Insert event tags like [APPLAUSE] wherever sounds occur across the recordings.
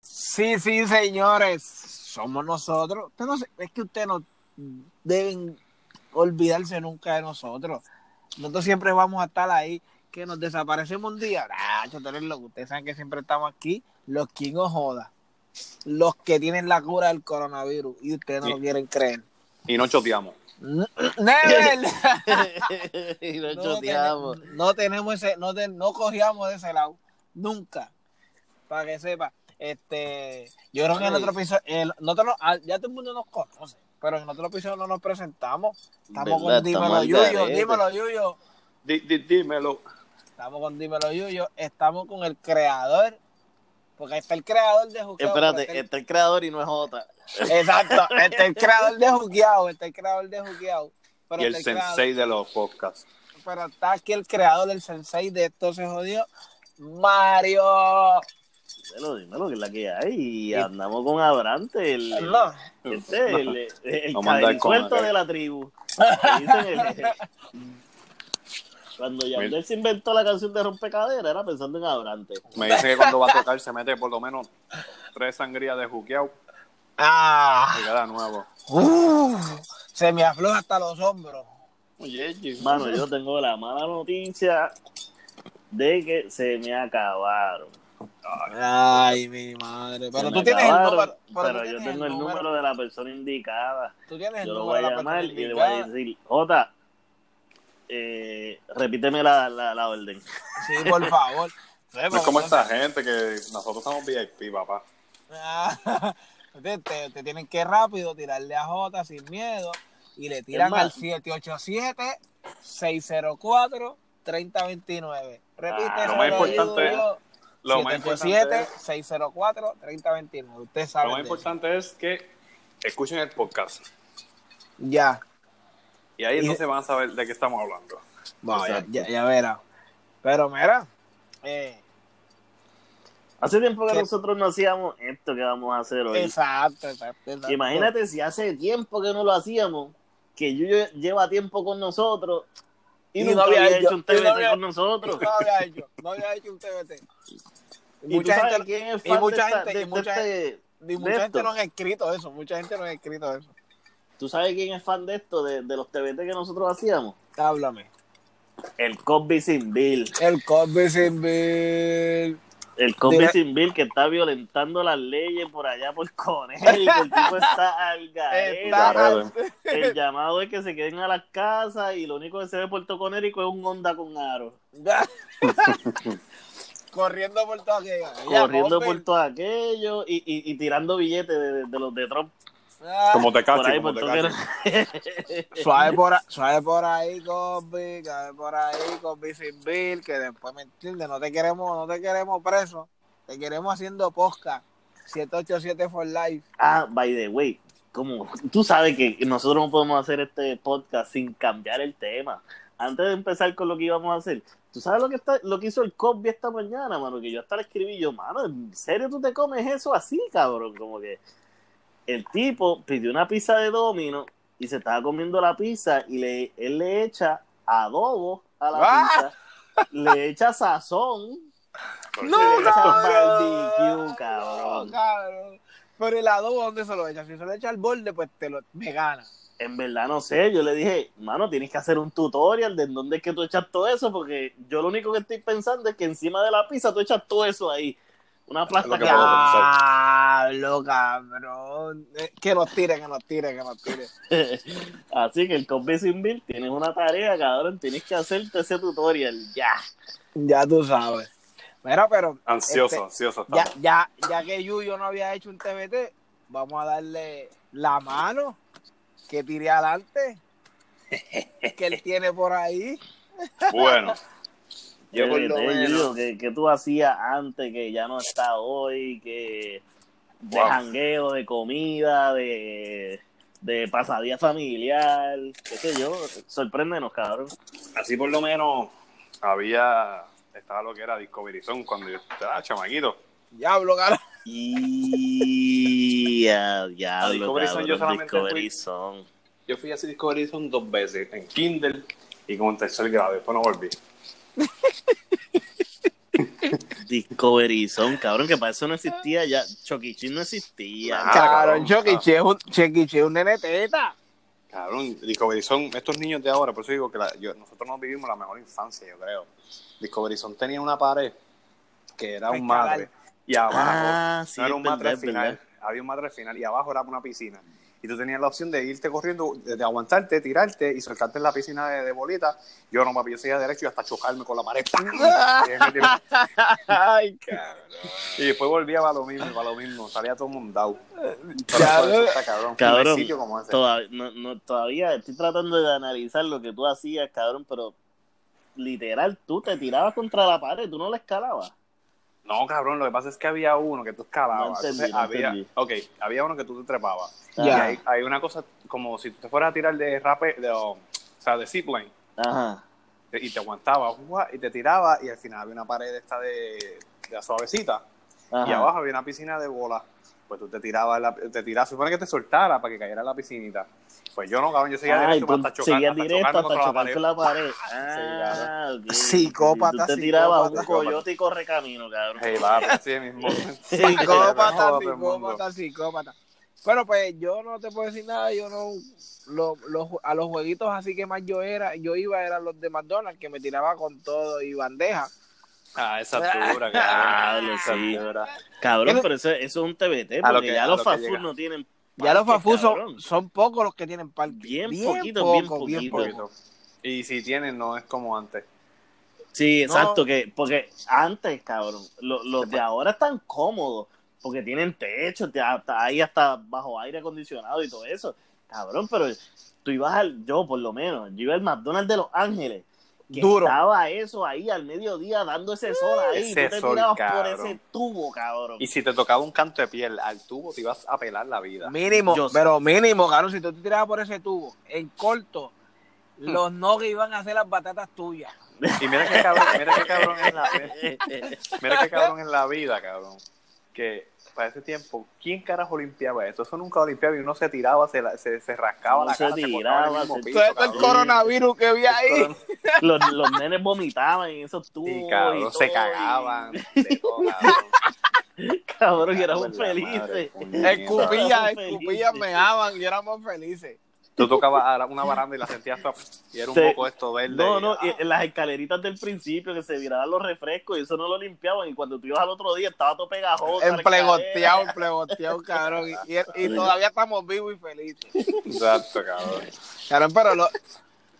Sí, sí, señores, somos nosotros. Usted no se- es que ustedes no deben olvidarse nunca de nosotros. Nosotros siempre vamos a estar ahí. Que nos desaparecemos un día. Nacho, tú eres loco. Ustedes saben que siempre estamos aquí. Los que no joda. Los que tienen la cura del coronavirus. Y ustedes no Sí. lo quieren creer. [LAUGHS] Y no choteamos. ¡Never! [LAUGHS] y nos No, choteamos. ten- no tenemos ese, no, te- no cogíamos de ese lado. Nunca. Para que sepa. Este, yo creo que en Sí. otro episodio, el- nosotros no- ah, ya todo el mundo nos conoce, pero en otro episodio no nos presentamos. Estamos ¿Verdad? con Dímelo Estamos al Yuyo, garete. Dímelo Yuyo. Di- di- dímelo. Estamos con Dímelo Yuyo, estamos con el creador, porque ahí está el creador de Juqueado. Espérate, pero está está el creador y no es Jota. el- [LAUGHS] Exacto, está el creador de Juqueado, está el creador de Juqueado. pero Y el está creador- sensei de los podcasts. Pero está aquí el creador del sensei de esto se jodió, Mario. Dímelo, dímelo, que es la que hay. Y andamos con Abrante, el, el, No, este, el, el, el Vamos a andar con cabezuelto aquel. de [LAUGHS] la tribu. Le dicen el- Cuando Yandel se inventó la canción de Rompecadera, era pensando en Abrante. Me dice que cuando va a tocar se mete por lo menos tres sangrías de juqueado Ah, y queda nuevo. uf, se me afloja hasta los hombros. Mano, yo tengo la mala noticia de que se me acabaron. Ay, mi madre. Pero Se tú me tienes el acabaron, número. Pero, tú yo tienes tengo el número de la persona indicada. Tú tienes el Yo lo número voy de a la llamar persona y le voy a indicada. decir, Jota, eh, repíteme la, la, la orden. Sí, por [LAUGHS] favor. No es como esta gente que nosotros somos VIP, papá. Ah, [LAUGHS] te, te- te tienen que rápido tirarle a J sin miedo y le tiran Es más. al 787-604-3029. Repite, Ah, lo más Solo importante Yuyo, Lo más importante es- 787-604-3029. Usted lo sabe. más importante es que escuchen el podcast. Ya. Y ahí Y- entonces van a saber de qué estamos hablando. ya, ya- ya verá. Pero mira, eh, Hace tiempo que ¿Qué? nosotros no hacíamos esto que vamos a hacer hoy. exacto, exacto, exacto. Imagínate si hace tiempo que no lo hacíamos, que Yuyo lleva tiempo con nosotros y, Y nunca no había había, hecho- hecho un y no TBT había- con nosotros. No había hecho, no había hecho un TBT. [LAUGHS] Y Mucha tú gente sabes lo- quién es y fan de mucha esta- gente- y de- de mucha- este- y mucha de gente esto. no ha escrito eso, mucha gente no ha escrito eso. ¿Tú sabes quién es fan de esto, de, de los TBT que nosotros hacíamos? Háblame. El Cosby sin Bill. El Cosby sin [LAUGHS] Bill. El Cosby Mira. sin Bill que está violentando las leyes por allá por Conel. y El tipo está al garete. Está Garrett. al- El llamado es que se queden a las casas y lo único que se ve por Puerto Conérico es un Honda con aro. corriendo por todo aquello. Mira, corriendo Cosby. por todo aquello y, y- y tirando billetes de, de- de los de Trump Ah, Como te por cacho, ahí como por te todo cacho. Suave por, a- Ah. [LAUGHS] suave por ahí, Cosby, suave por ahí, Cosby sin Bill, que después me entiendes, no te queremos, no te queremos preso, te queremos haciendo posca. 787 for life. Ah, by the way, como tú sabes que nosotros no podemos hacer este podcast sin cambiar el tema. Antes de empezar con lo que íbamos a hacer, tú sabes lo que está, lo que hizo el Cosby esta mañana, mano, que yo hasta le escribí yo, mano, ¿en serio tú te comes eso así, cabrón? Como que el tipo pidió una pizza de domino y se estaba comiendo la pizza y le, él le echa adobo a la ¡Ah! pizza, le echa sazón, Porque- le echa barbecue, cabrón. No, cabrón. Pero el adobo, ¿dónde se lo echa? Si se lo echa al borde, pues te lo, me gana. En verdad no sé, yo le dije, mano, tienes que hacer un tutorial de en dónde es que tú echas todo eso, porque yo lo único que estoy pensando es que encima de la pizza tú echas todo eso ahí. Una plasta Lo que que- puedo pensar. Diablo, cabrón. Eh, Que nos tire, que nos tire, que nos tire. [LAUGHS] Así que el Cosby sin Bill, tienes una tarea, cabrón, tienes que hacerte ese tutorial ya. Ya tú sabes. Mira, pero Ansioso, Este, ansioso ya, estamos. ya, ya que Yuyo no había hecho un TBT, vamos a darle la mano que tire adelante, que él tiene por ahí. Bueno, Yo por Eh, lo te menos. digo, que, que tú hacías antes que ya no está hoy, que de Wow. jangueo, de comida, de, de pasadía familiar, qué sé yo, sorpréndenos, cabrón. Así por lo menos había. Estaba lo que era Discovery Zone cuando yo estaba chamaquito. Diablo, cara. Y ya, diablo, Discovery Zone, yo cabrón, solamente fui- Discovery Zone. Yo fui a ese Discovery Zone dos veces, en Kindle y con tercer grado. Después no volví. Discovery Zone, cabrón, que para eso no existía ya. Choquichín no existía. Ah, cabrón, cabrón. Choquiche es un, Choquichi es un nene teta. Cabrón, Discovery Zone, estos niños de ahora, por eso digo que la- yo- nosotros no vivimos la mejor infancia, yo creo. Discovery Zone tenía una pared que era Ay, un madre. Y abajo Ah, sí, no era es un madre verdad, es final, verdad. había un madre final y abajo era una piscina. Y tú tenías la opción de irte corriendo, de de aguantarte, tirarte y soltarte en la piscina de, de bolita. Yo no, papi, yo seguía derecho y hasta chocarme con la [LAUGHS] pared. ¡pam! Y ahí me tiré. Ay, cabrón. Y después volvía para lo mismo, para lo mismo. Salía todo mundado. Cabrón. cabrón. No Cabrón, hay sitio como ese. Todavía, no, no, todavía estoy tratando de analizar lo que tú hacías, cabrón, pero literal, tú te tirabas contra la pared, tú no la escalabas. No, cabrón, lo que pasa es que había uno que tú escalabas. No entendí, Entonces, no había, entendí. ok, había uno que tú te trepabas. Ya. Y hay, hay una cosa como si tú te fueras a tirar de rape, de, o sea, de zipline, Ajá. te- y te aguantabas, ¡guau! y te tirabas, y al final había una pared esta de, de la suavecita, ajá. y abajo había una piscina de bola. Pues tú te tirabas, la- te tirabas, supone que te soltara para que cayera en la piscinita. Pues yo no, cabrón, yo seguía Ah, y derecho tú hasta chocar, seguías hasta directo chocarme hasta contra la chocar pared. con la pared. Ah, ok. Psicópata, Tú te tirabas un psicópata. coyote y corre camino, cabrón. Hey, va, así [LAUGHS] mismo. Psicópata, Todo el mundo. psicópata, psicópata. Bueno, pues yo no te puedo decir nada, yo no, lo- lo- a los jueguitos así que más yo era, yo iba eran los de McDonald's, que me tiraba con todo y bandeja. Ah, [LAUGHS] esa altura, Diablo, cabrón. esa Ah, sí. altura. Cabrón, pero eso, eso es un TBT, A lo porque que- ya a los lo que fast food llega. no tienen. ya los parques, fafus cabrón. son, son pocos los que tienen parque. Bien poquitos, bien poco, poquitos. poco. poquito. Y si tienen, no es como antes. Sí, No. exacto, que porque antes, cabrón, lo- los de ahora están cómodos, porque tienen techo, te- hasta ahí hasta bajo aire acondicionado y todo eso. Cabrón, pero tú ibas al, yo por lo menos, yo iba al McDonald's de Los Ángeles. Que Duro. Estaba eso ahí al mediodía dando ese sol ahí. Ese tú te sol, tirabas por cabrón. ese tubo, cabrón. Y si te tocaba un canto de piel al tubo, te ibas a pelar la vida. Mínimo, Yo- pero mínimo, cabrón, si tú te tirabas por ese tubo, en corto, Hmm. los no que iban a hacer las batatas tuyas. Y mira qué cabrón, mira qué cabrón es la, [LAUGHS] eh, mira qué cabrón es la vida, cabrón. Que para ese tiempo, ¿quién carajo limpiaba eso? Eso nunca lo limpiaba y uno se tiraba, se, la- se, se rascaba Uno la se cara, tiraba, se, se- se Todo esto el coronavirus que vi ahí. los, los nenes vomitaban en esos tubos. Sí, y cabrón, todo, se y- cagaban. de [LAUGHS] todo, cabrón. Cabrón, y éramos Cabrón, la madre, felices. puñeta. Escupillas, Felices. escupillas, meaban y éramos felices. Tú tocabas a la- una baranda y la sentías toda- y era un Sí. poco esto verde. No, y- no, ah, y- en las escaleritas del principio que se viraban los refrescos y eso no lo limpiaban y cuando tú ibas al otro día estaba todo pegajoso. la Emplegoteado, emplegoteado, cabrón. Y, y- y todavía estamos vivos y felices. Exacto, cabrón. Cabrón, pero lo,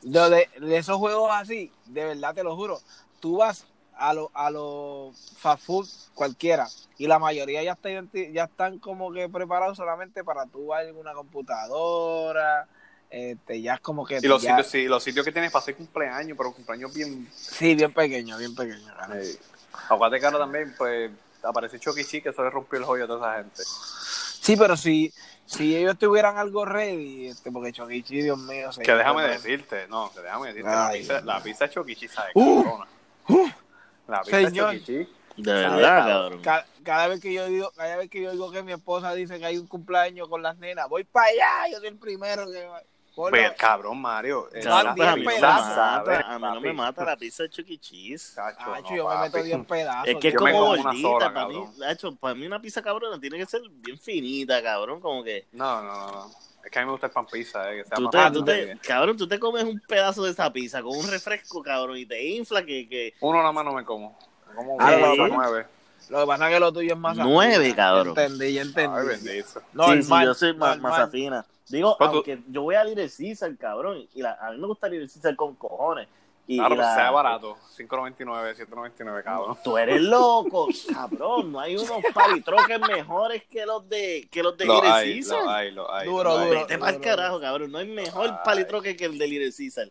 lo de, de esos juegos así, de verdad te lo juro, tú vas a los a los fast food cualquiera y la mayoría ya, está identi- ya están como que preparados solamente para tú vas en una computadora. Este, ya es como que. Y los, ya- sitios, sí, los sitios que tienes para hacer cumpleaños, pero cumpleaños bien. Sí, bien pequeño, bien pequeño. cabrón. Eh, aguante cara también, pues apareció Chucky Chi, que eso le rompió el joyo a toda esa gente. Sí, pero si, si ellos tuvieran algo ready, este, porque Chokichi, Dios mío, se Que déjame decirte, no, que déjame decirte, la Ay. pizza, la pizza Chucky Chi sabe Uh, cabrona. La pizza señor. Chucky Chi. De verdad, cabrón. Ca- Cada, vez que yo digo, cada vez que yo digo que mi esposa dice que hay un cumpleaños con las nenas, voy para allá, yo soy el primero que va. Coño, Ve, cabrón, Mario. eh, Cabrón, la pues, a mí no me pizza mata, sabe, a mí no me papi. mata la pizza de Chucky Cheese. Chacho, Hacho, no, yo me meto papi. 10 pedazos. Es que es Yo me como como una gordita, sola, para mí, cabrón. Nacho, para mí una pizza cabrona tiene que ser bien finita, cabrón, como que No, no, no, no. Es que a mí me gusta el pan pizza, eh, que sea tú más te, tú grande. te- cabrón, tú te comes un pedazo de esa pizza con un refresco, cabrón, y te infla que, que Uno nada más no me como. Me como Ah, uno, ¿sí? otro nueve. Lo que pasa es que lo tuyo es más. Nueve, afina. cabrón. Ya entendí, ya entendí. Ay, bendito. sí, Normal, sí, yo soy más, normal. afina. Digo, Pero tú- aunque yo voy a Little Caesar, cabrón, y la- a mí me gusta Little Caesar con cojones. Y, Claro, y pues la- sea barato. 5.99, 7.99, cabrón. Tú eres loco, cabrón. No hay unos palitroques mejores que los de que los de Lo Little hay, Caesar. lo hay, lo hay. Duro, lo hay, duro. Vete pa'l carajo, cabrón. No hay mejor Ay. palitroque que el de Little Caesar.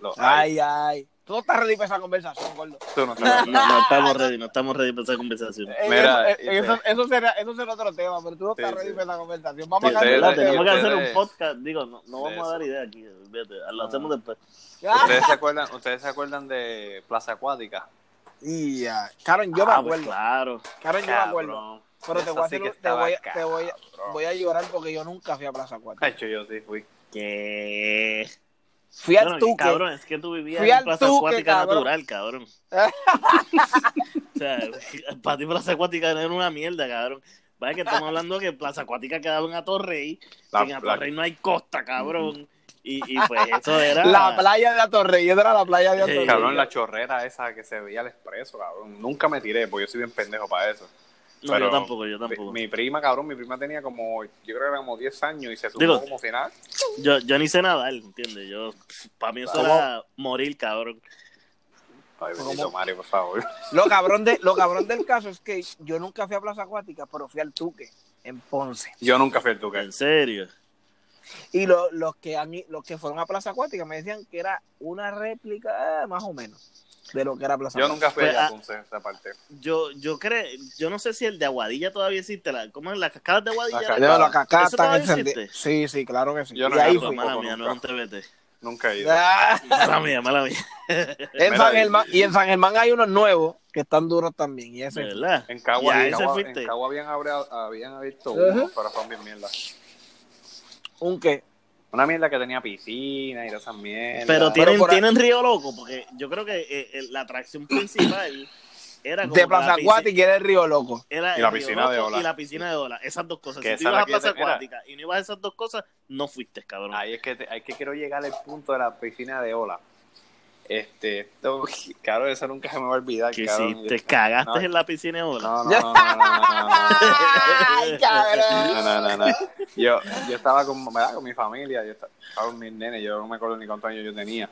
lo Ay, hay. ay. Tú no estás ready para esa conversación, gordo. Tú no No, sabes. [LAUGHS] no, no estamos ready, no estamos ready para esa conversación. Eh, Mira, eso, eh, y eso, te- eso será, eso será otro tema, pero tú no Sí, estás ready sí. para esa conversación. Vamos Sí, a cambiar de ustedes- Verdad, ustedes- tema. tenemos que hacer ustedes- un podcast. Digo, no, no vamos a dar eso. idea aquí. olvídate, Lo Ah. hacemos después. ¿Ustedes se, acuerdan, ¿Ustedes se acuerdan de Plaza Acuática? Y ya. Karen, yo me Ah, pues acuerdo. claro. Karen, yo me acuerdo. Cabrón. Pero te Eso voy a sí hacer que un- te voy a- estaba te voy a- cabrón. Voy a llorar porque yo nunca fui a Plaza Acuática. Ay, yo- yo sí fui. Que. Fui al Bueno, que, Tuque. cabrón, es que tú vivías Fui al en Plaza Tuque, Acuática cabrón. [LAUGHS] Natural, cabrón. o sea, [LAUGHS] para ti Plaza Acuática era una mierda, cabrón. Vaya que estamos hablando que Plaza Acuática quedaba en Atorrey, La- y en la- Atorrey no hay costa, cabrón. Y, y [LAUGHS] pues eso era... La playa de la Torre. Yo era la playa de la Sí, Torre. Ah. Cabrón, la chorrera esa que se veía al expreso, cabrón. Nunca me tiré, porque yo soy bien pendejo para eso. No, pero- yo tampoco, yo tampoco. Mi prima, cabrón, mi prima tenía como, yo creo que era como 10 años y se subió Digo- como si nada. Yo, yo ni sé nadar, ¿entiendes? Yo, para mí eso ¿Cómo? era morir, cabrón. Ay, bendito Mario, por favor. [LAUGHS] Lo cabrón, de, lo cabrón del caso es que yo nunca fui a Plaza Acuática, pero fui al Tuque, en Ponce. Yo nunca fui al Tuque. En serio. Y lo- los, que a mí, los que fueron a Plaza Acuática me decían que era una réplica, eh, más o menos, de lo que era Plaza Yo Acuática. nunca fui Pues, allá, ah. entonces, esa parte. Yo, yo creo, yo no sé si el de Aguadilla todavía existe, la, ¿cómo es? Las cascadas de Aguadilla. Las cascadas. Yo la cacata ¿Eso todavía encendí- existe? Sí, sí, claro que sí. Yo no y ahí recuerdo. fui. Mala Tampoco mía, no es un TBT. [LAUGHS] Nunca he ido. Ah, Mala mía, mala mía. en Mira San ahí. Germán, y en San Germán hay unos nuevos que están duros también. Y ese De ¿Verdad? En Cagua, Y a en ese Cagua, fuiste. en Cagua habían, abri- habían abierto Ajá. uno, pero son bien mierda. un qué. Una mierda que tenía piscina y todas esas mierdas. Pero tiene- tienen, por ahí- tienen Río Loco, porque yo creo que eh, eh, la [COUGHS] atracción principal era como De que Plaza la piscina- Acuática y era el Río [LAUGHS] Loco. era Y la el Río piscina Loco de olas. Y la piscina de olas. Esas dos cosas. Que Si esa tú era ibas a que Plaza te- era. Acuática y no ibas a esas dos cosas, no fuiste, cabrón. Ahí es que, te- ahí es que quiero llegar al punto de la piscina de ola. Este, no, claro, eso nunca se me va a olvidar. que cabrón. si te cagaste No. en la piscina de olas. [LAUGHS] ¡Ay, No, no, no, no, no, no, no. cabrón! [LAUGHS] No, no, no, no. Yo, yo estaba con, ¿verdad? con mi familia, yo estaba con mis nenes, yo no me acuerdo ni cuántos años yo tenía.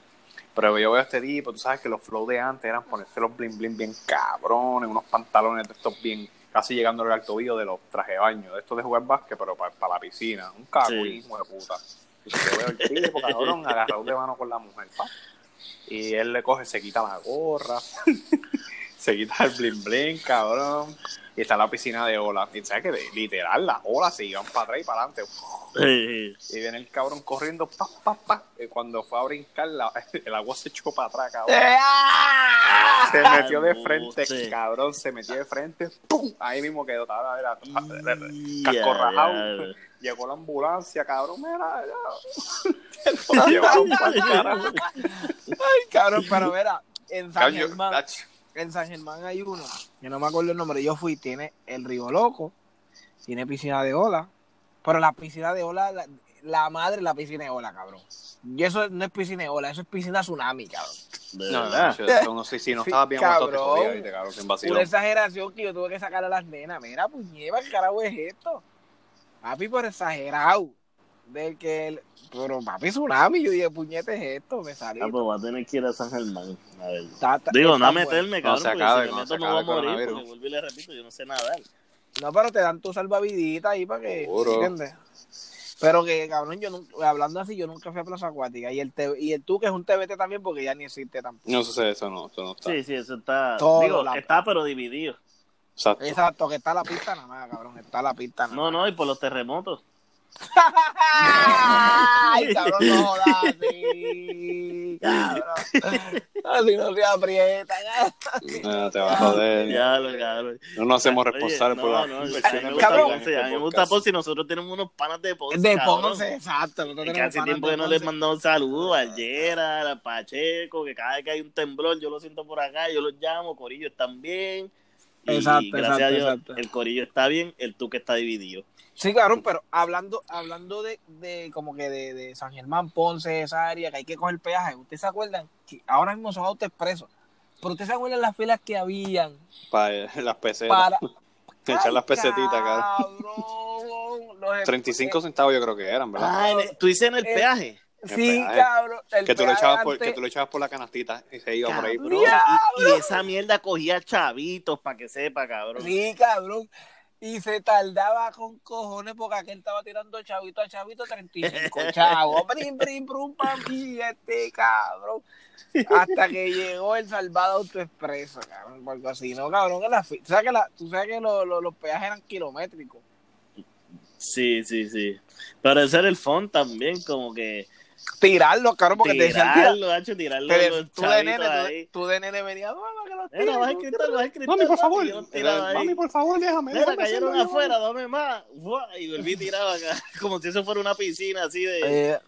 Pero yo veo a este tipo, tú sabes que los flow de antes eran ponerse los bling bling bien cabrones, unos pantalones de estos bien, casi llegándole al tobillo de los traje de baño, de estos de jugar básquet, pero para la piscina. Un cago, Sí. hijo de puta. Y yo veo al tipo, cabrón, agarrado de mano con la mujer, pa. Y él le coge, se quita la gorra, [LAUGHS] se quita el bling bling, cabrón. Y está la piscina de olas. Y sabes que literal, las olas se iban para atrás y para adelante. Sí, sí. Y viene el cabrón corriendo, pa, pa, pa. Y cuando fue a brincar, la- [LAUGHS] el agua se echó para atrás, cabrón. Se metió de frente, embuste. cabrón, se metió de frente, ¡pum! Ahí mismo quedó, estaba, era, Y- casco rajado. ya, llegó la ambulancia, cabrón, mira, [LAUGHS] ya. Se lo llevaron pa'l carajo. Ay, cabrón, pero mira, en San Cabrón, yo- Germán. ach, En San Germán hay uno, yo no me acuerdo el nombre, yo fui, tiene el Río Loco, tiene piscina de ola, pero la piscina de ola, la, la madre de la piscina de ola, cabrón. Y eso no es piscina de ola, eso es piscina tsunami, cabrón. de No, verdad. no, yo- no, sí, sí, no estaba bien Cabrón. aguantado, te jodía, viste, cabrón, sin vacilón. Una exageración que yo tuve que sacar a las nenas, mira, puñeva, ¿qué carajo es esto? Papi, por exagerado. De que el- pero papi, tsunami, yo dije, puñete es esto, me salí. Ah, pues va a tener que ir a San Germán. A ver. Está- está- Digo, no está a bueno. meterme, Cuando cabrón, se porque acabe, si me cuando meto se no acabe voy a el morir, coronavirus. porque vuelvo y le repito, yo no sé nadar. No, pero te dan tu salvavidita ahí para que. Seguro. ¿entiendes? Pero que, cabrón, yo nunca, hablando así, yo nunca fui a Plaza Acuática. Y el, te- y el tú, que es un TBT también, porque ya ni existe tampoco. No sé, eso no, eso no está. Sí, sí, eso está. Todo digo, la- está pero dividido. Exacto. Exacto, que está la pista nada más, cabrón. Está la pista nada más. No, no, y por los terremotos. ¡Ay, cabrón, no jodas así! Cabrón. [LAUGHS] Así no se aprieta. No, te va a joder. Ya, lo cabrón. No nos hacemos Oye, responsables no, por las no, [LAUGHS] a mí me inversiones gusta Cabrón. Ponce, A mí me gusta Ponce y nosotros tenemos unos panas de Ponce. De cabrón. Ponce, exacto. nosotros Y que tenemos hace panas tiempo de que no les Ponce. mandado un saludo a Gerard, a Pacheco, que cada vez que hay un temblor yo lo siento por acá, yo los llamo, Corillo están bien. Y Exacto, gracias exacto, a Dios, exacto. el Corillo está bien, el Tuque está dividido. Sí, cabrón, pero hablando, hablando de, de como que de, de San Germán, Ponce, esa área que hay que coger peaje, ¿ustedes se acuerdan? que ahora mismo son autoexpresos, pero ¿ustedes se acuerdan las filas que habían para las pesetas. [LAUGHS] para... Echar las ¡Ay, pesetitas, cabrón. cabrón! Los- 35 centavos yo creo que eran, ¿verdad? Ah, en el- tú dices en el Eh, peaje. Sí, el peaje. cabrón. el que, tú lo peaje echabas por, antes- que tú lo echabas por la canastita y se iba por ahí. Cabrón, Bro. y, y esa mierda cogía chavitos, para que sepa, cabrón. Sí, cabrón. Y se tardaba con cojones porque aquel estaba tirando [LAUGHS] chavito a chavito 35 chavos. Prim, prim, prum, pam, y este cabrón. Hasta que llegó el salvado autoexpreso, cabrón, porque así no, cabrón, que la, fi- tú sabes que, la- tú sabes que lo- lo- los peajes eran kilométricos. Sí, sí, sí. Pero ese era el font también, como que Tirarlos, cabrón, porque te decían "Tira". tirarlo, hacho, tirarlo Te- los tú de nene, chavitos tú de- ahí. tú de nene venía, "Mamá, que los Mira, baja el tiren". cristal, baja el cristal. Mami, por favor. papi, yo los tiraba ahí. Mami, por favor, déjame. Mira, déjame cayeron hacerlo yo. afuera, dame más. Buah, Y volví tirado acá, [LAUGHS] como si eso fuera una piscina así de Eh,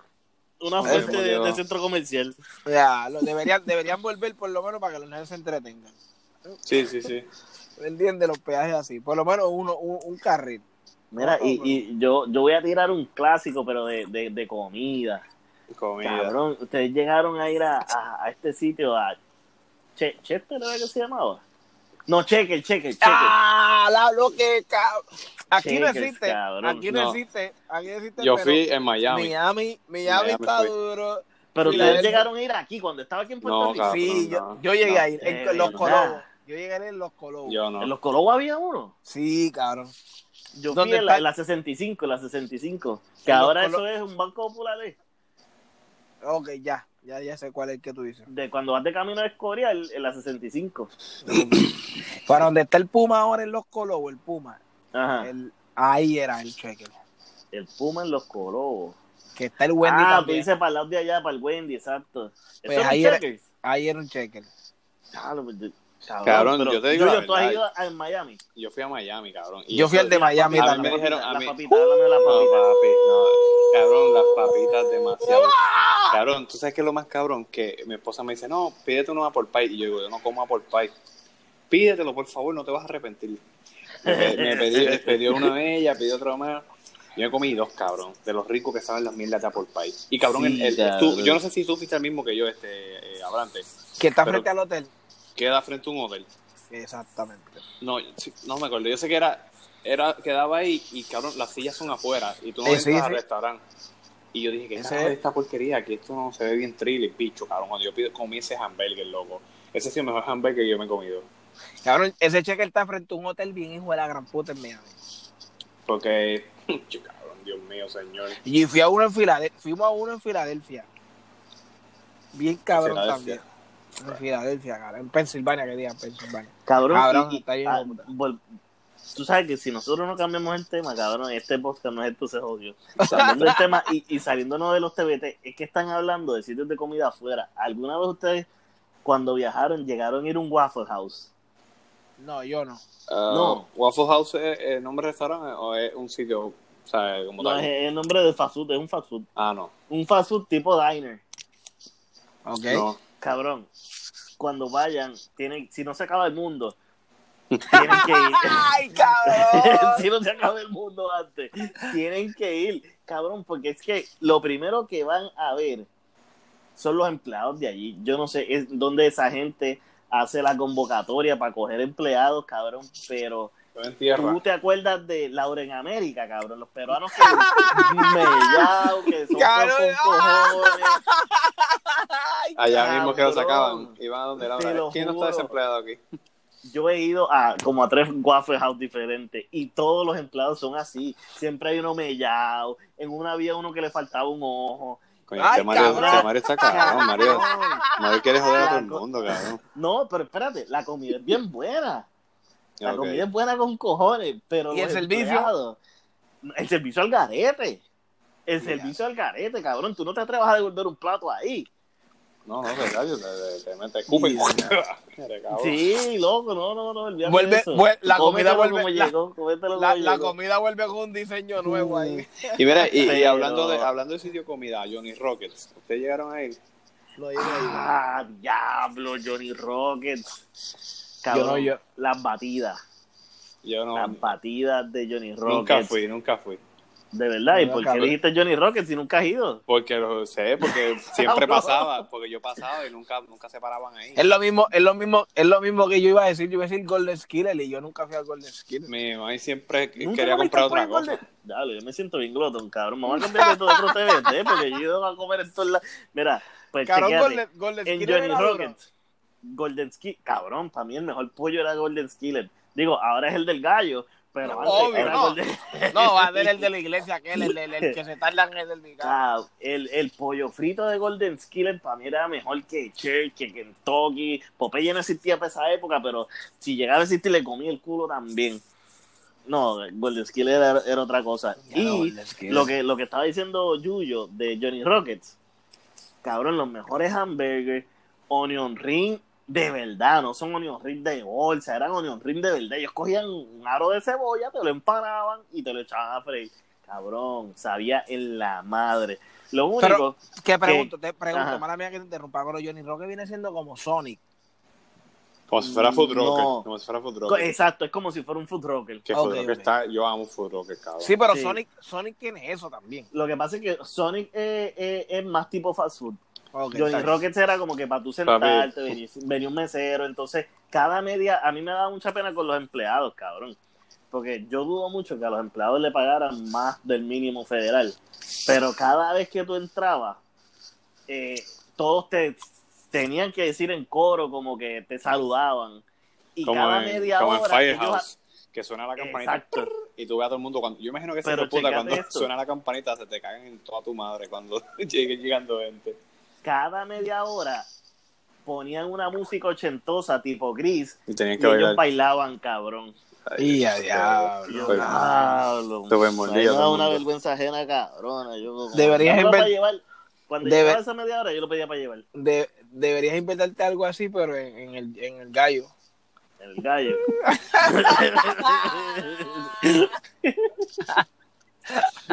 una se fuente de, murió. de centro comercial. ya, lo- deberían, deberían volver por lo menos para que los niños se entretengan. Sí, sí, sí. ¿Entiendes? Los peajes así, por lo menos uno, un, un carril. Mira, y, y yo, yo voy a tirar un clásico, pero de, de, de comida. Comida. Cabrón, ustedes llegaron a ir a, a, a este sitio a Che- Chester, ¿era que se llamaba? No, Checker, Checker, Checker. ¡Ah! La bloque, cabrón. Aquí no Shakers, existe. cabrón, aquí no, no. existe. Aquí no existe. Yo pero fui en Miami. Miami, Miami Miami está fui. duro. pero sí, ustedes la- llegaron a ir aquí cuando estaba aquí en Puerto No, Rico. cabrón. sí, no, yo, yo llegué no. a ir en Eh, los no. Colobos. Yo llegué a ir en los Colobos. Yo no. En los Colobos había uno. Sí, cabrón. Yo fui ¿Dónde en la, está? la 65, la 65. Que En los ahora Colo- eso es un banco popular ¿eh? Ok, ya. Ya, ya sé cuál es el que tú dices. de cuando vas de camino a Escorial en la 65. Para donde está el Puma ahora en los Colobos, el Puma. Ah. Ajá. El, el- ahí era el cheque. Puma en los Colobos. Que está el Wendy ah, tú también. dices para el lado de allá, para el Wendy, exacto. Pues ¿Eso es un ahí era- Checkers? Ahí era un cheque. Claro, pues, yo- cabrón, Cabrón, pero yo te digo Yuyo, la tú has verdad. ido a, en Miami. Yo fui a Miami, cabrón. Y Yo fui eso- al de Miami a mí también. me dijeron, a la mí- papita, háblame de la No, papita. papi, no. Cabrón, las papitas demasiado. Cabrón, tú sabes que lo más cabrón que mi esposa me dice, no, pídete uno apple pie. Y yo digo, yo no como apple pie. Pídetelo, por favor, no te vas a arrepentir. Me, me pedí, me pidió una de ellas, pidió otra más. Yo me comí dos, cabrón, de los ricos que saben las mierdas de apple pie. Y cabrón, el- Sí, el- el- tú- cabrón. yo no sé si tú fuiste el mismo que yo, este, eh, Abrante. Que está Pero- frente al hotel. Queda frente a un hotel. Exactamente. No, sí, no me acuerdo. Yo sé que era, era quedaba ahí y cabrón, las sillas son afuera y tú no Eh, entras sí, al sí. restaurante. Y yo dije, ¿qué Ese carajo es es- esta porquería? Aquí esto no se ve bien trill y bicho, cabrón. Cuando yo pido, comí ese hamburger, loco. Ese ha sido el mejor hamburger que yo me he comido. Cabrón, ese cheque está frente a un hotel bien hijo de la gran puta en Miami. Porque, [LAUGHS] yo, cabrón, Dios mío, señor. Y fui a uno en Filadelfia. Fuimos a uno en Filadelfia. Bien cabrón Filadelfia. también. En Filadelfia, cabrón. En Pensilvania, que digan, Pensilvania. Cabrón, Cabrón, y- y- está bien, ah, puta. vol- tú sabes que si nosotros no cambiamos el tema, cabrón, este podcast no es entonces odio. Exacto. Cambiando el tema y, y saliéndonos de los TBT, es que están hablando de sitios de comida afuera. ¿Alguna vez ustedes, cuando viajaron, llegaron a ir a un Waffle House? No, yo no. Ah, No. Waffle House es el nombre de restaurante o es un sitio, o sea, como No, tal. es es el nombre de fast food, es un fast food. Ah, no. Un fast food tipo diner. Ok. No. Cabrón, cuando vayan, tienen, si no se acaba el mundo, tienen que ir. [LAUGHS] ¡Ay, cabrón! [LAUGHS] si no se acaba el mundo antes. Tienen que ir, cabrón, porque es que lo primero que van a ver son los empleados de allí. Yo no sé es dónde esa gente hace la convocatoria para coger empleados, cabrón, pero Yo en tierra. tú te acuerdas de Laura en América, cabrón, los peruanos [LAUGHS] que mellados, que son Cabrón, feos con ah. cojones. Allá mismo que lo cabrón. sacaban. Iban a donde la Te lo ¿Quién no juro. está desempleado aquí? Yo he ido a como a tres Waffle House diferentes y todos los empleados son así. Siempre hay uno mellado, en una había uno que le faltaba un ojo. Coño, Ay, este Mario, cabrón. este Mario está cabrón, Mario. Cabrón. Mario quiere joder a todo el Cabrón. mundo, cabrón. [LAUGHS] No, pero espérate, la comida es bien buena. La Ok. comida es buena con cojones, pero ¿Y los el servicio? empleados- el servicio al garete. El servicio al garete, cabrón. Tú no te atrevas a devolver un plato ahí. No, no, te calles, te, te, te mete escupe. y- Mira, cabrón. Sí, loco, no, no, no. olvídate Vuelve- de eso. vuel- la comida Cómetelo vuelve- como la- llegó, cómetelo La, como la llegó. comida vuelve con un diseño nuevo ahí. Mm. Y mira, y, y Pero- hablando, de, hablando de sitio de comida, Johnny Rockets, ¿ustedes llegaron a ir? [LAUGHS] Lo digo ahí. Ah, diablo, Johnny Rockets. Cabrón, Yo no, yo- las batidas. Yo no, Las batidas de Johnny Rockets. nunca fui, nunca fui. De verdad, ¿y Nunca por qué fui. dijiste Johnny Rockets si nunca has ido? Porque lo sé, [LAUGHS] porque siempre pasaba, porque yo pasaba y nunca, nunca se paraban ahí. Es lo mismo, es lo mismo, es lo mismo que yo iba a decir, yo iba a decir Golden Skiller y yo nunca fui al Golden Skiller. Mi mamá siempre Nunca quería comiste comprar otra fútbol cosa. de- Dale, yo me siento bien glotón, cabrón. Vamos a cambiar de todo otro TVT porque yo he ido a comer en todos lados. Mira, pues Cabrón, chequéate, Golden, Golden en Skiller. Johnny era duro. Rockets, Golden Skillet, cabrón, para mí el mejor pollo era Golden Skillet. Digo, ahora es el del gallo, Pero No, antes, obvio, ahora no. acordé- No, va a ser el [LAUGHS] de la iglesia, aquel, el, el, el que se tardan en el micrófono. Ah, el, el pollo frito de Golden Skillet para mí era mejor que Cher, que Kentucky. Popeye no existía para esa época, pero si llegaba a existir le comía el culo también. No, Golden Skillet era, era otra cosa. y lo que, lo que estaba diciendo Yuyo de Johnny Rockets, cabrón, los mejores hamburgers, onion ring de verdad, no son onion ring de bolsa, eran onion ring de verdad. Ellos cogían un aro de cebolla, te lo empanaban y te lo echaban a freír. Cabrón, sabía en la madre. Lo único, Pero- Que pregunto, te pregunto, Ajá. mala mía que te interrumpa, pero Johnny Roque viene siendo como Sonic. Como si fuera Food Mm, No. Rocker. Como si fuera Food co- Rocker. exacto, es como si fuera un food rocker. Que Ok, Food Rocker ok. está. Yo amo Food Rocker, cabrón. Sí, pero Sí. Sonic, Sonic tiene eso también. Lo que pasa es que Sonic eh, eh, es más tipo fast food. Ok, Johnny está bien. Rockets era como que para tú sentarte, venía, venía un mesero, entonces cada media, a mí me daba mucha pena con los empleados, cabrón, porque yo dudo mucho que a los empleados le pagaran más del mínimo federal, pero cada vez que tú entrabas, eh, todos te tenían que decir en coro como que te saludaban y como cada en, media como en hora ellos- Firehouse. Que suena la campanita Exacto. y tú ves a todo el mundo. Cuando, yo imagino que se Pero te puta checate cuando esto. suena la campanita, se te cagan en toda tu madre cuando [LAUGHS] llegue llegando gente. cada media hora ponían una música ochentosa tipo gris Y tenían y que ellos bailar. bailaban cabrón Ay, Y a Dios. diablo. Pues, Diablo, te voy a muchacho, morder, me todo da el una mundo. vergüenza ajena, cabrona. Yo, Deberías Yo lo inven- para llevar. Cuando Debe- llegaba esa media hora, yo lo pedía para llevar. De- deberías inventarte algo así, pero en, en el, en el gallo. El gallo. [LAUGHS]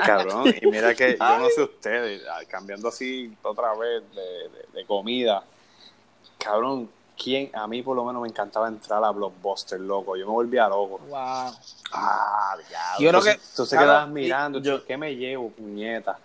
Cabrón, y mira que yo no sé ustedes, ah, cambiando así otra vez de, de- de comida, cabrón, ¿quién? A mí por lo menos me encantaba entrar a Blockbuster, loco, yo me volvía loco. Wow. Ah, diablo. Yo creo que- Entonces, claro, quedabas y- mirando, yo- yo, ¿qué me llevo, puñeta?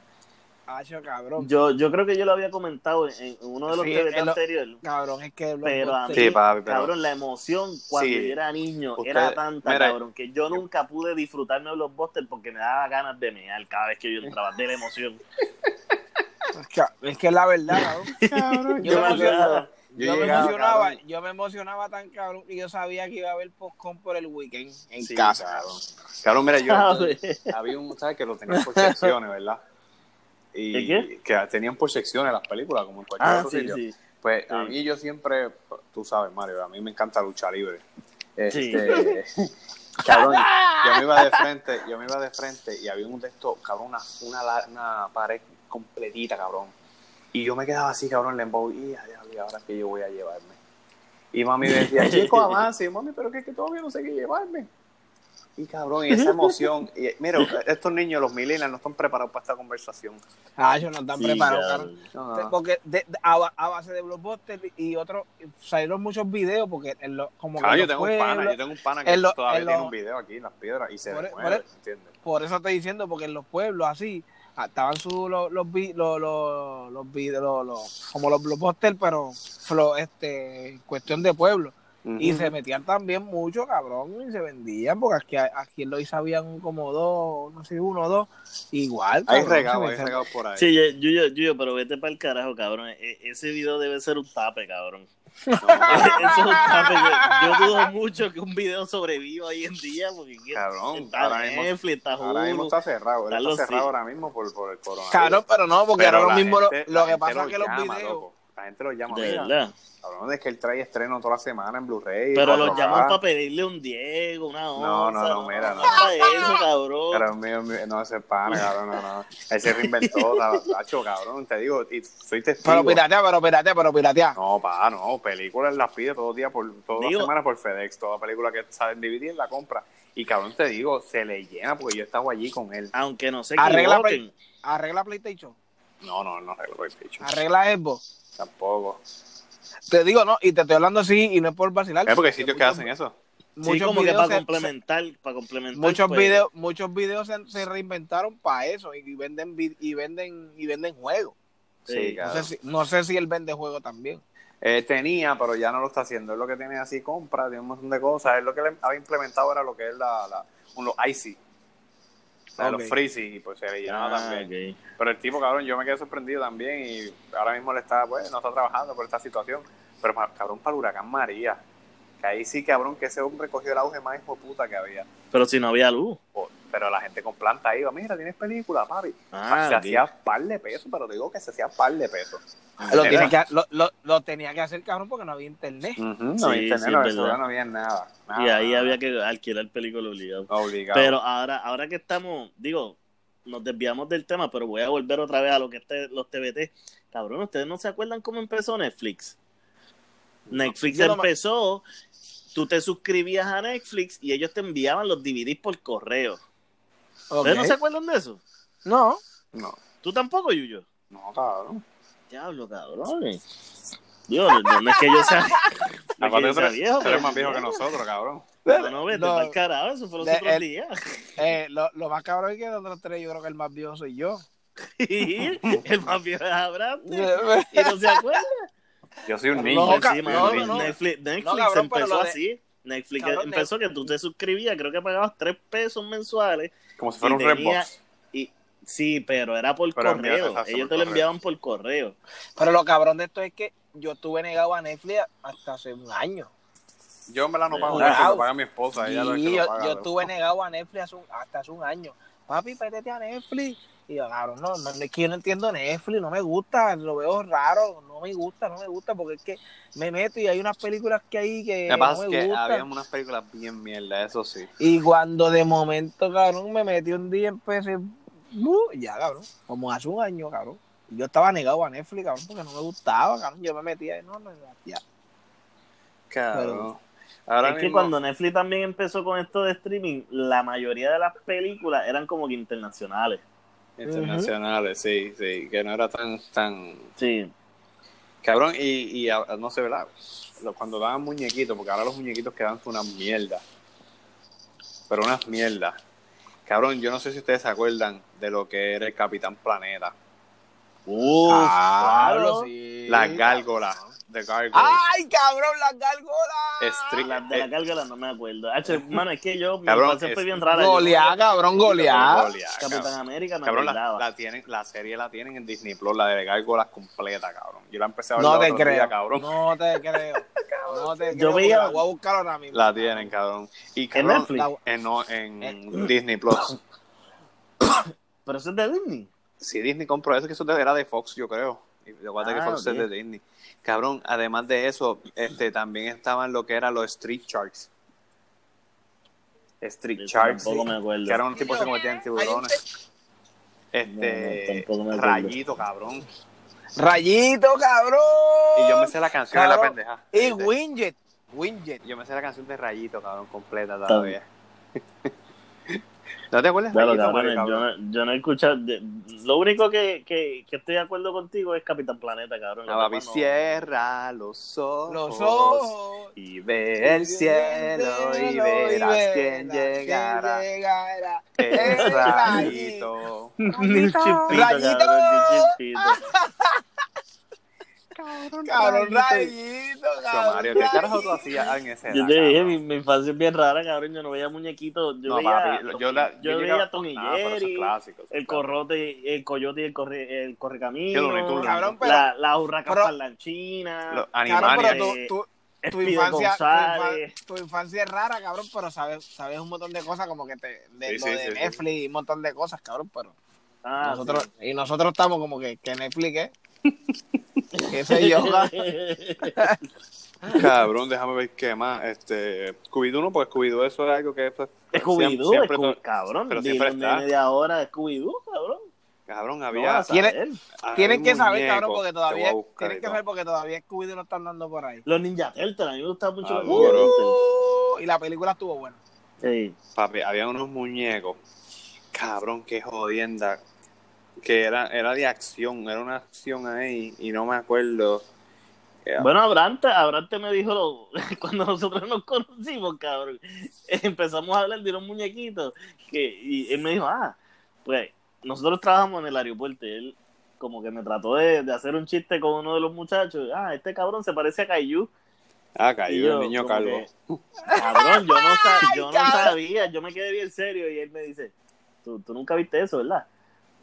Hacho, cabrón. yo, yo creo que yo lo había comentado en, en uno de los Sí, TVT en lo- anteriores. Cabrón, es que. Pero a mí, Sí, papi, pero- cabrón, la emoción cuando Sí. yo era niño Usted- era tanta, mira- cabrón, que yo nunca pude disfrutarme de los busters porque me daba ganas de mear cada vez que yo entraba, de [LAUGHS] la emoción. Es que- Es que la verdad, cabrón. [LAUGHS] Cabrón, Yo me [LAUGHS] llegaba- Yo, me llegaba, emocionaba, cabrón. yo me emocionaba tan cabrón que yo sabía que iba a haber postcom por el weekend en Sí, casa. Ah, cabrón. Cabrón, [LAUGHS] mira, yo, ¿Sabes? había un, ¿sabes? Que lo tenían por secciones, ¿verdad? Y ¿El qué? que tenían por secciones las películas, como en cualquier Ah, otro sí, sitio. sí. Pues a Sí. mí yo siempre, tú sabes, Mario, a mí me encanta lucha libre. Sí. Este, cabrón, yo me iba de frente, yo me iba de frente y había un texto, cabrón, una, una, la- una pared completita, cabrón. Y yo me quedaba así, cabrón, lembow, y ay, diablo, ¿y ahora que yo voy a llevarme. Y mami me decía, chico, avance, y yo, mami, pero que, que todavía no sé qué llevarme. Y cabrón, y esa emoción. Y, mira, estos niños, los millennials, no están preparados para esta conversación. Ah, yo no están Sí, preparados, cabrón. cabrón. No, Te- no. Porque de- de- a, ba- a base de Blockbuster y otros salieron muchos videos porque en los- como que Claro, en Ah, yo los tengo un pana, pueblos- yo tengo un pana que en lo- todavía en tiene lo- un video aquí en las piedras y se Por- e- mueve, por el- ¿entiendes? por eso estoy diciendo porque en los pueblos así ah, estaban sus los los vi- los los, los vi- los- los- como los Blockbuster pero flo- este cuestión de pueblo Mm-hmm. y se metían también mucho cabrón y se vendían porque aquí aquí en Lois habían como dos no sé uno o dos igual Hay cabrón, se regados, hay metían. regados por ahí. Sí, ye- Yuyo, Yuyo, pero vete para el carajo, cabrón. E- ese video debe ser un tape, cabrón. No, [LAUGHS] Eso es un tape. Yo, [LAUGHS] yo dudo mucho que un video sobreviva hoy en día porque ¿qué? Cabrón, está ahora mismo- Netflix, está ahora [LAUGHS] mismo Hulu. está cerrado, Dalo, está cerrado sí. ahora mismo por, por el coronavirus. Cabrón, pero no, porque Pero ahora la lo mismo lo- gente- lo, la que gente pasa es que los llama, videos. loco. La gente lo llama, De mira, verdad. cabrón, es que él trae estreno toda la semana en Blu-ray. Pero los 4K. llaman para pedirle un Diego, una onza. No, no, no, mira, no. para eso, cabrón. Pero mío, mío, no, ese es pana, cabrón, no, no. Él se reinventó, [LAUGHS] tacho, cabrón, te digo, y soy testigo. Pero piratea, pero piratea, pero piratea. No, pa, no, películas las pide todos los días, por, todas las Digo- semanas por FedEx, toda película que sale en DVD la compra. Y cabrón, te digo, se le llena porque yo estaba allí con él. Aunque no se Arregla equivoquen. Arregla PlayStation, No, no, no arreglo el bicho, arregla Xbox. tampoco. Te digo, no, y te estoy hablando así y no es por vacilar. Es Eh, porque hay sitios que Muchos- hacen eso. Sí, como que videos para se- complementar, para complementar. Muchos pues, videos, muchos videos se, se reinventaron para eso y, y venden vi- y venden y venden juegos. Sí, Sí. No, claro. sé si, no sé si él vende juegos también. Eh, tenía, pero ya no lo está haciendo. Es lo que tiene así, compra, tiene un montón de cosas. Es lo que le había implementado era lo que es la, la un- los icy. O sea, Ok. los freezy, y pues se le llenaba Ah, también. ok. Pero el tipo, cabrón, yo me quedé sorprendido también y ahora mismo le está, pues, no está trabajando por esta situación. Pero, pa- cabrón, para el huracán María. Que ahí sí, cabrón, que ese hombre cogió el auge más hijo de puta que había. Pero si no había luz. Por- Pero la gente con planta iba, mira, tienes película, papi. Ah, se ok. hacía par de pesos, pero te digo que se hacía par de pesos. Lo, Era. tiene que, lo, lo- lo tenía que hacer, cabrón, porque no había internet. No Sí, había internet, sí, no, es había verdad. celular, no había nada. nada. Y ahí había que alquilar película obligado. Obligado. Pero ahora, ahora que estamos, digo, nos desviamos del tema, pero voy a volver otra vez a lo que este, los TBT. Cabrón, ¿ustedes no se acuerdan cómo empezó Netflix? Netflix Yo no me- empezó, tú te suscribías a Netflix y ellos te enviaban los DVDs por correo. Ok. ¿Ustedes no se acuerdan de eso? No. No, ¿Tú tampoco, Yuyo? no, cabrón. Diablo, cabrón. Dios, no, no es que yo [LAUGHS] sea, no es que yo sea Aparte, viejo, tú pero eres más viejo que nosotros, cabrón. No, no, vete No. pa'l carajo, eso fue los De- otros el- días. [LAUGHS] Eh, lo, lo más cabrón es que de los tres, yo creo que el más viejo soy yo. el más viejo es Abraham y no se acuerda. Yo soy un No, niño. ca- Sí, no, mano, no, no. Netflix, Netflix No, cabrón, pero empezó lo de- así. Netflix Cabrón, empezó que tú te suscribías, creo que pagabas 3 pesos mensuales. Como si fuera y un tenía- Redbox. Y, sí, pero era por Pero envía- correo. exacto, Ellos por te lo correo. enviaban por correo. Pero lo cabrón de esto es que yo estuve negado a Netflix hasta hace un año. Yo me la no pago Wow. Netflix, lo paga mi esposa. Y Ella es la que yo, lo paga. yo estuve negado a Netflix hace un- hasta hace un año. Papi, pétete a Netflix. Y yo, cabrón, no, no, es que yo no entiendo Netflix, no me gusta, lo veo raro, no me gusta, no me gusta, porque es que me meto y hay unas películas que hay que Lo que pasa no es me que gustan. había unas películas bien mierda, eso sí. Y cuando de momento, cabrón, me metí un día y empecé, uh, ya, cabrón, como hace un año, cabrón. Y Yo estaba negado a Netflix, cabrón, porque no me gustaba, cabrón. Yo me metía, y no, no, ya. Cabrón. Ahora es que mismo- cuando Netflix también empezó con esto de streaming, la mayoría de las películas eran como que internacionales. Internacionales, sí, sí. Que no era tan, tan, Sí. Cabrón, y, y a- no sé, ¿verdad? Lo- Cuando daban muñequitos, porque ahora los muñequitos quedan son unas mierdas. Pero unas mierdas. Cabrón, yo no sé si ustedes se acuerdan de lo que era el Capitán Planeta. Ah, Uf, Pablo, claro. sí. Las gárgolas. The Gargoyles. Ah, eh, ¡Ay, cabrón, las gárgolas! Strict- Ah, Las de la gárgola no me acuerdo. Hacho, hermano, es que yo, mi Cabrón, infancia fue es- bien rara. Yo- Goleada, cabrón, goleada. Goliath, Capitán cabrón. América me Cabrón, la, acordaba. la tienen, la serie la tienen en Disney Plus, la de Gárgolas completa, cabrón. Yo la empecé a ver No el te otro día, creo. cabrón. No te [LAUGHS] creo. No te creo. Yo porque veía- la voy a buscar ahora mismo. La tienen, cabrón. Y cabrón, Netflix? La- En, no, en Eh. Disney Plus. Pero eso es de Disney. Sí, Disney compró eso, que eso de- era de Fox, yo creo. Y Lo que pasa es Ah, que Fox ok. es de Disney. Cabrón, además de eso, este también estaban lo que eran los Street Sharks. Street Eso Sharks. tampoco sí, me acuerdo. Que eran unos tipos que se convertían en tiburones. No, no, Este. tampoco me acuerdo. Rayito, cabrón. Rayito, cabrón. Y yo me sé la canción de la Cabrón. pendeja. Y Este, Winget. Winget. Yo me sé la canción de Rayito, cabrón, completa todavía. [LAUGHS] ¿No te acuerdas de Claro, Rayito, cabrones, Mario, yo, cabrón? no, yo no he escuchado. de- lo único que, que, que estoy de acuerdo contigo es Capitán Planeta, cabrón. No, Lo Ah, papi, demás no. cierra los ojos. Los ojos. Y ve el cielo y verás quién llegará. llegará. El El rayito. Ni chispito, Rayito. cabrón, ni Ah. chispito. Cabrón, rayito, Yo, cabrón. Mario, ¿qué carajo tú rayito. hacías en ese Yo te dije, mi, mi infancia es bien rara, cabrón. Yo no veía muñequitos. Yo No, veía, papi, yo, la, yo veía llegaba- Tom y Ah, pero eso es Jerry, clásico, eso es clásico. el [LAUGHS] corrote, el coyote y el, corre, el correcamino. Yo lo único- Cabrón, pero- la, la urraca pero- parlanchina. Los Cabrón, animales. pero eh, tú, tú, tu, Speedy infancia, tu, González. infa- tu infancia es rara, cabrón, pero sabes, sabes un montón de cosas como que te, de lo Sí, sí, de sí, sí. Netflix y un montón de cosas, cabrón, pero Ah, nosotros, sí. y nosotros estamos como que, que Netflix, [LAUGHS] ¿qué? ¿Qué sé yo? cabrón. Cabrón, déjame ver qué más. Este, Scooby-Doo no, porque Scooby-Doo eso es algo que. pues, siempre- Scooby-Doo, siempre Scooby- to- cabrón. pero Pero siempre está. de ahora, Scooby-Doo, cabrón. Cabrón, No había. vas a saber. Tienen había que un saber, cabrón, muñeco, porque te voy a todavía, buscar y tienen que todo. saber porque todavía Scooby lo están dando por ahí. Los Ninja Turtles, a mí me gustaba mucho Ah, los bueno. Ninja Turtles. Uh, y la película estuvo buena. Sí. Papi, había unos muñecos. Cabrón, qué jodienda. Que era, era de acción, era una acción ahí y no me acuerdo. Eh, Bueno, Abrante, Abrante me dijo [LAUGHS] lo- cuando nosotros nos conocimos, cabrón. [LAUGHS] Empezamos a hablar de unos muñequitos que y él me dijo, ah, pues nosotros trabajamos en el aeropuerto. y él como que me trató de, de hacer un chiste con uno de los muchachos. Ah, este cabrón se parece a Caillou. Ah, Y cayó yo, el niño como calvo. que, cabrón, yo no, sa- yo no cabrón! sabía, yo me quedé bien serio y él me dice, tú, tú nunca viste eso, ¿verdad?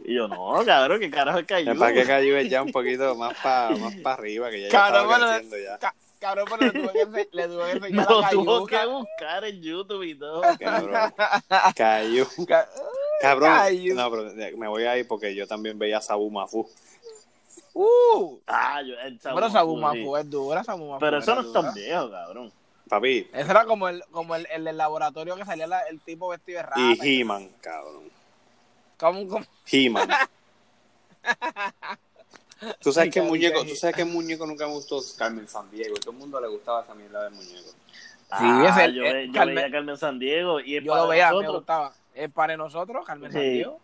Y yo, no, cabrón, que carajo es Caillou. ¿Para qué cayó ya un poquito más para más pa arriba? Que ya yo Cabrón, estaba bueno, [LAUGHS] creciendo ya. Ca- Cabrón, pero le tuve que ense- le tuve que Me enseñar lo la tuvo cayuca. que buscar en YouTube y todo. Cabrón. Cayó. Ca- Cabrón. Cayó. No, pero eh, me voy a ir porque yo también veía a Sabu Mafú. Uh, Ah, yo, el pero Sabu Sabu sí. Mafu es dura, Sabu Mafu Pero eso era no es dura. tan viejo, cabrón. Papi. Ese era como el, como el, el del laboratorio que salía la- el tipo vestido de rata. Y He-Man, cabrón. Como- como- [LAUGHS] He-Man. ¿Tú sabes qué Ay, muñeco? cabrón, ¿Tú sabes qué muñeco nunca me gustó? Carmen San Diego. Todo el mundo le gustaba esa mierda de muñeco. Sí, Ah, ese- yo, eh, ve- yo Carmen- veía a Carmen San Diego y es yo para lo veía, me nosotros. gustaba. Es para nosotros, Carmen Sí. Sandiego.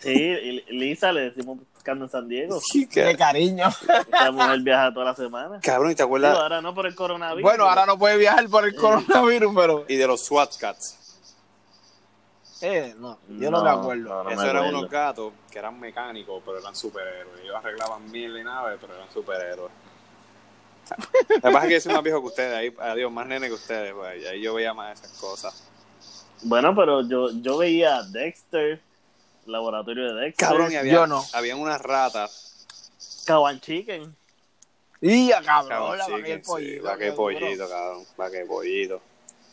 Sí, y Lisa le decimos Carmen San [LAUGHS] Diego. Sí, De que- cariño. Esta mujer viaja toda la semana. Cabrón, ¿y te Digo, acuerdas? ahora no por el coronavirus. Bueno, ahora no puede viajar por el Sí. coronavirus, pero. Y de los SWAT Cats. [LAUGHS] Eh, no, yo no, me acuerdo. no, no me Eso eran acuerdo. unos gatos que eran mecánicos, pero eran superhéroes. Ellos arreglaban mil y naves, pero eran superhéroes. Lo que pasa es que yo soy más viejo que ustedes, ahí, adiós, más nene que ustedes, pues, ahí yo veía más esas cosas. Bueno, pero yo, yo veía a Dexter, laboratorio de Dexter. Cabrón, y había, yo no. habían unas ratas. Caban Chicken. [LAUGHS] Y a cabrón, Cabrón, la chicken, vaquilla y el sí, pollito. va que qué duro. pollito, cabrón, va que pollito.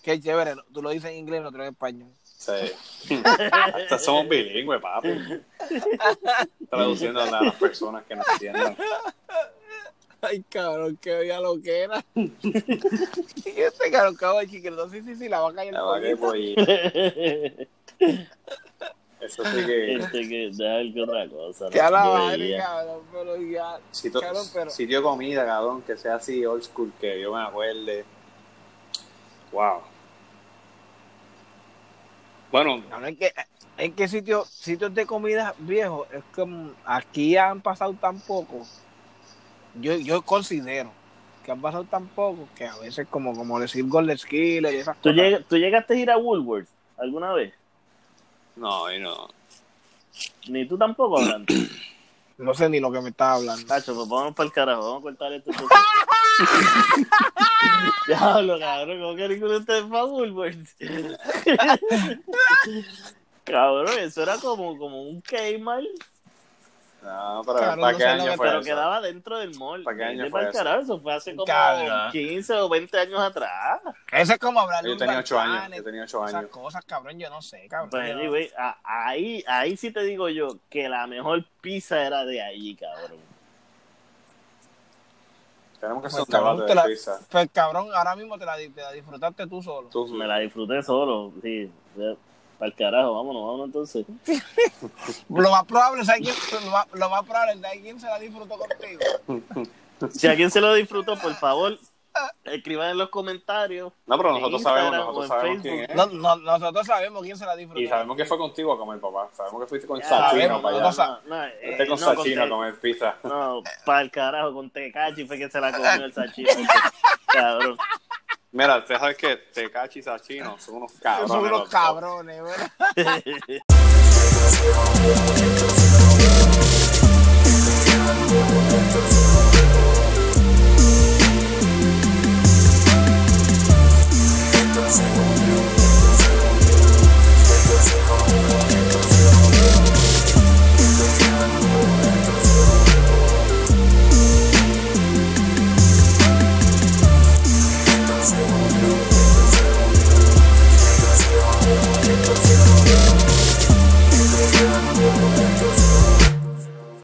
Qué chévere, ¿no? tú lo dices en inglés, nosotros en español. Sí. Hasta somos bilingües, papi. Traduciendo a las personas que nos entiendan. [LAUGHS] Ay, cabrón, qué vida lo que [LAUGHS] era. y este cabrón, cabrón, chiquero, sí, sí, sí, la vaca y el La va que pues, pollito. pollito. este Eso sí que. que deja ver qué otra cosa. Que a ¿no? la Yo madre, veía. cabrón, pero ya. Sitio, Cabrón, pero- sitio de comida, cabrón, que sea así old school, que yo me acuerde. Wow. Bueno, Cabrón, es que, es que sitio, sitios de comida viejos, es como aquí han pasado tan poco. Yo, yo considero que han pasado tan poco que a veces como, como decir Golden Skiller y esas ¿Tú, cosas. lleg- ¿Tú llegaste a ir a Woolworth alguna vez? no, y no. Ni tú tampoco, Abraham. No sé ni lo que me estaba hablando. Nacho, pues vamos para el carajo, vamos a cortar esto. Diablo, cabrón, ¿cómo que ninguno de ustedes fue a pues? Woolworth? cabrón, eso era como, como un Kmart, No, pero Cabrón, no ¿para qué sé año lo que- fue pero eso? quedaba dentro del mall. ¿Para qué año Vete fue pa'l eso? carajo, eso fue hace como Cabrón. 15 o 20 años atrás. Eso es como hablar de Yo un tenía ocho Balcanes, años, yo tenía ocho Esas años. cosas, cabrón, yo no sé, cabrón. Pues Yo- anyway, a- ahí, ahí sí te digo yo que la mejor pizza era de allí, cabrón. Tenemos que hacer Pues, un cabrón, te debate de la- pizza. pues, cabrón, ahora mismo te la, di- te la disfrutaste tú solo. Tú, Me la disfruté solo, sí. Para el carajo, vámonos, vámonos entonces. Lo más probable, ¿sabes quién? Lo más, lo más probable, ¿sabes quién se la disfrutó contigo? ¿eh? Si alguien se lo disfrutó, por favor, escriban en los comentarios. No, pero en nosotros Instagram sabemos, nosotros o en sabemos quién Facebook. es. No, no- nosotros sabemos quién se la disfrutó. Y sabemos que fue contigo a comer, papá. Sabemos que fuiste con Ya, Sachino sabemos, para no allá. sa- No, no, eh, Fuiste con este. no, con Sachino a Te- comer pizza. No, para el carajo, con Tecachi fue que se la comió el Sachino. cabrón. Mira, usted sabes que Tecachi y Sachino son unos cabrones. Son los unos dos. cabrones, ¿verdad?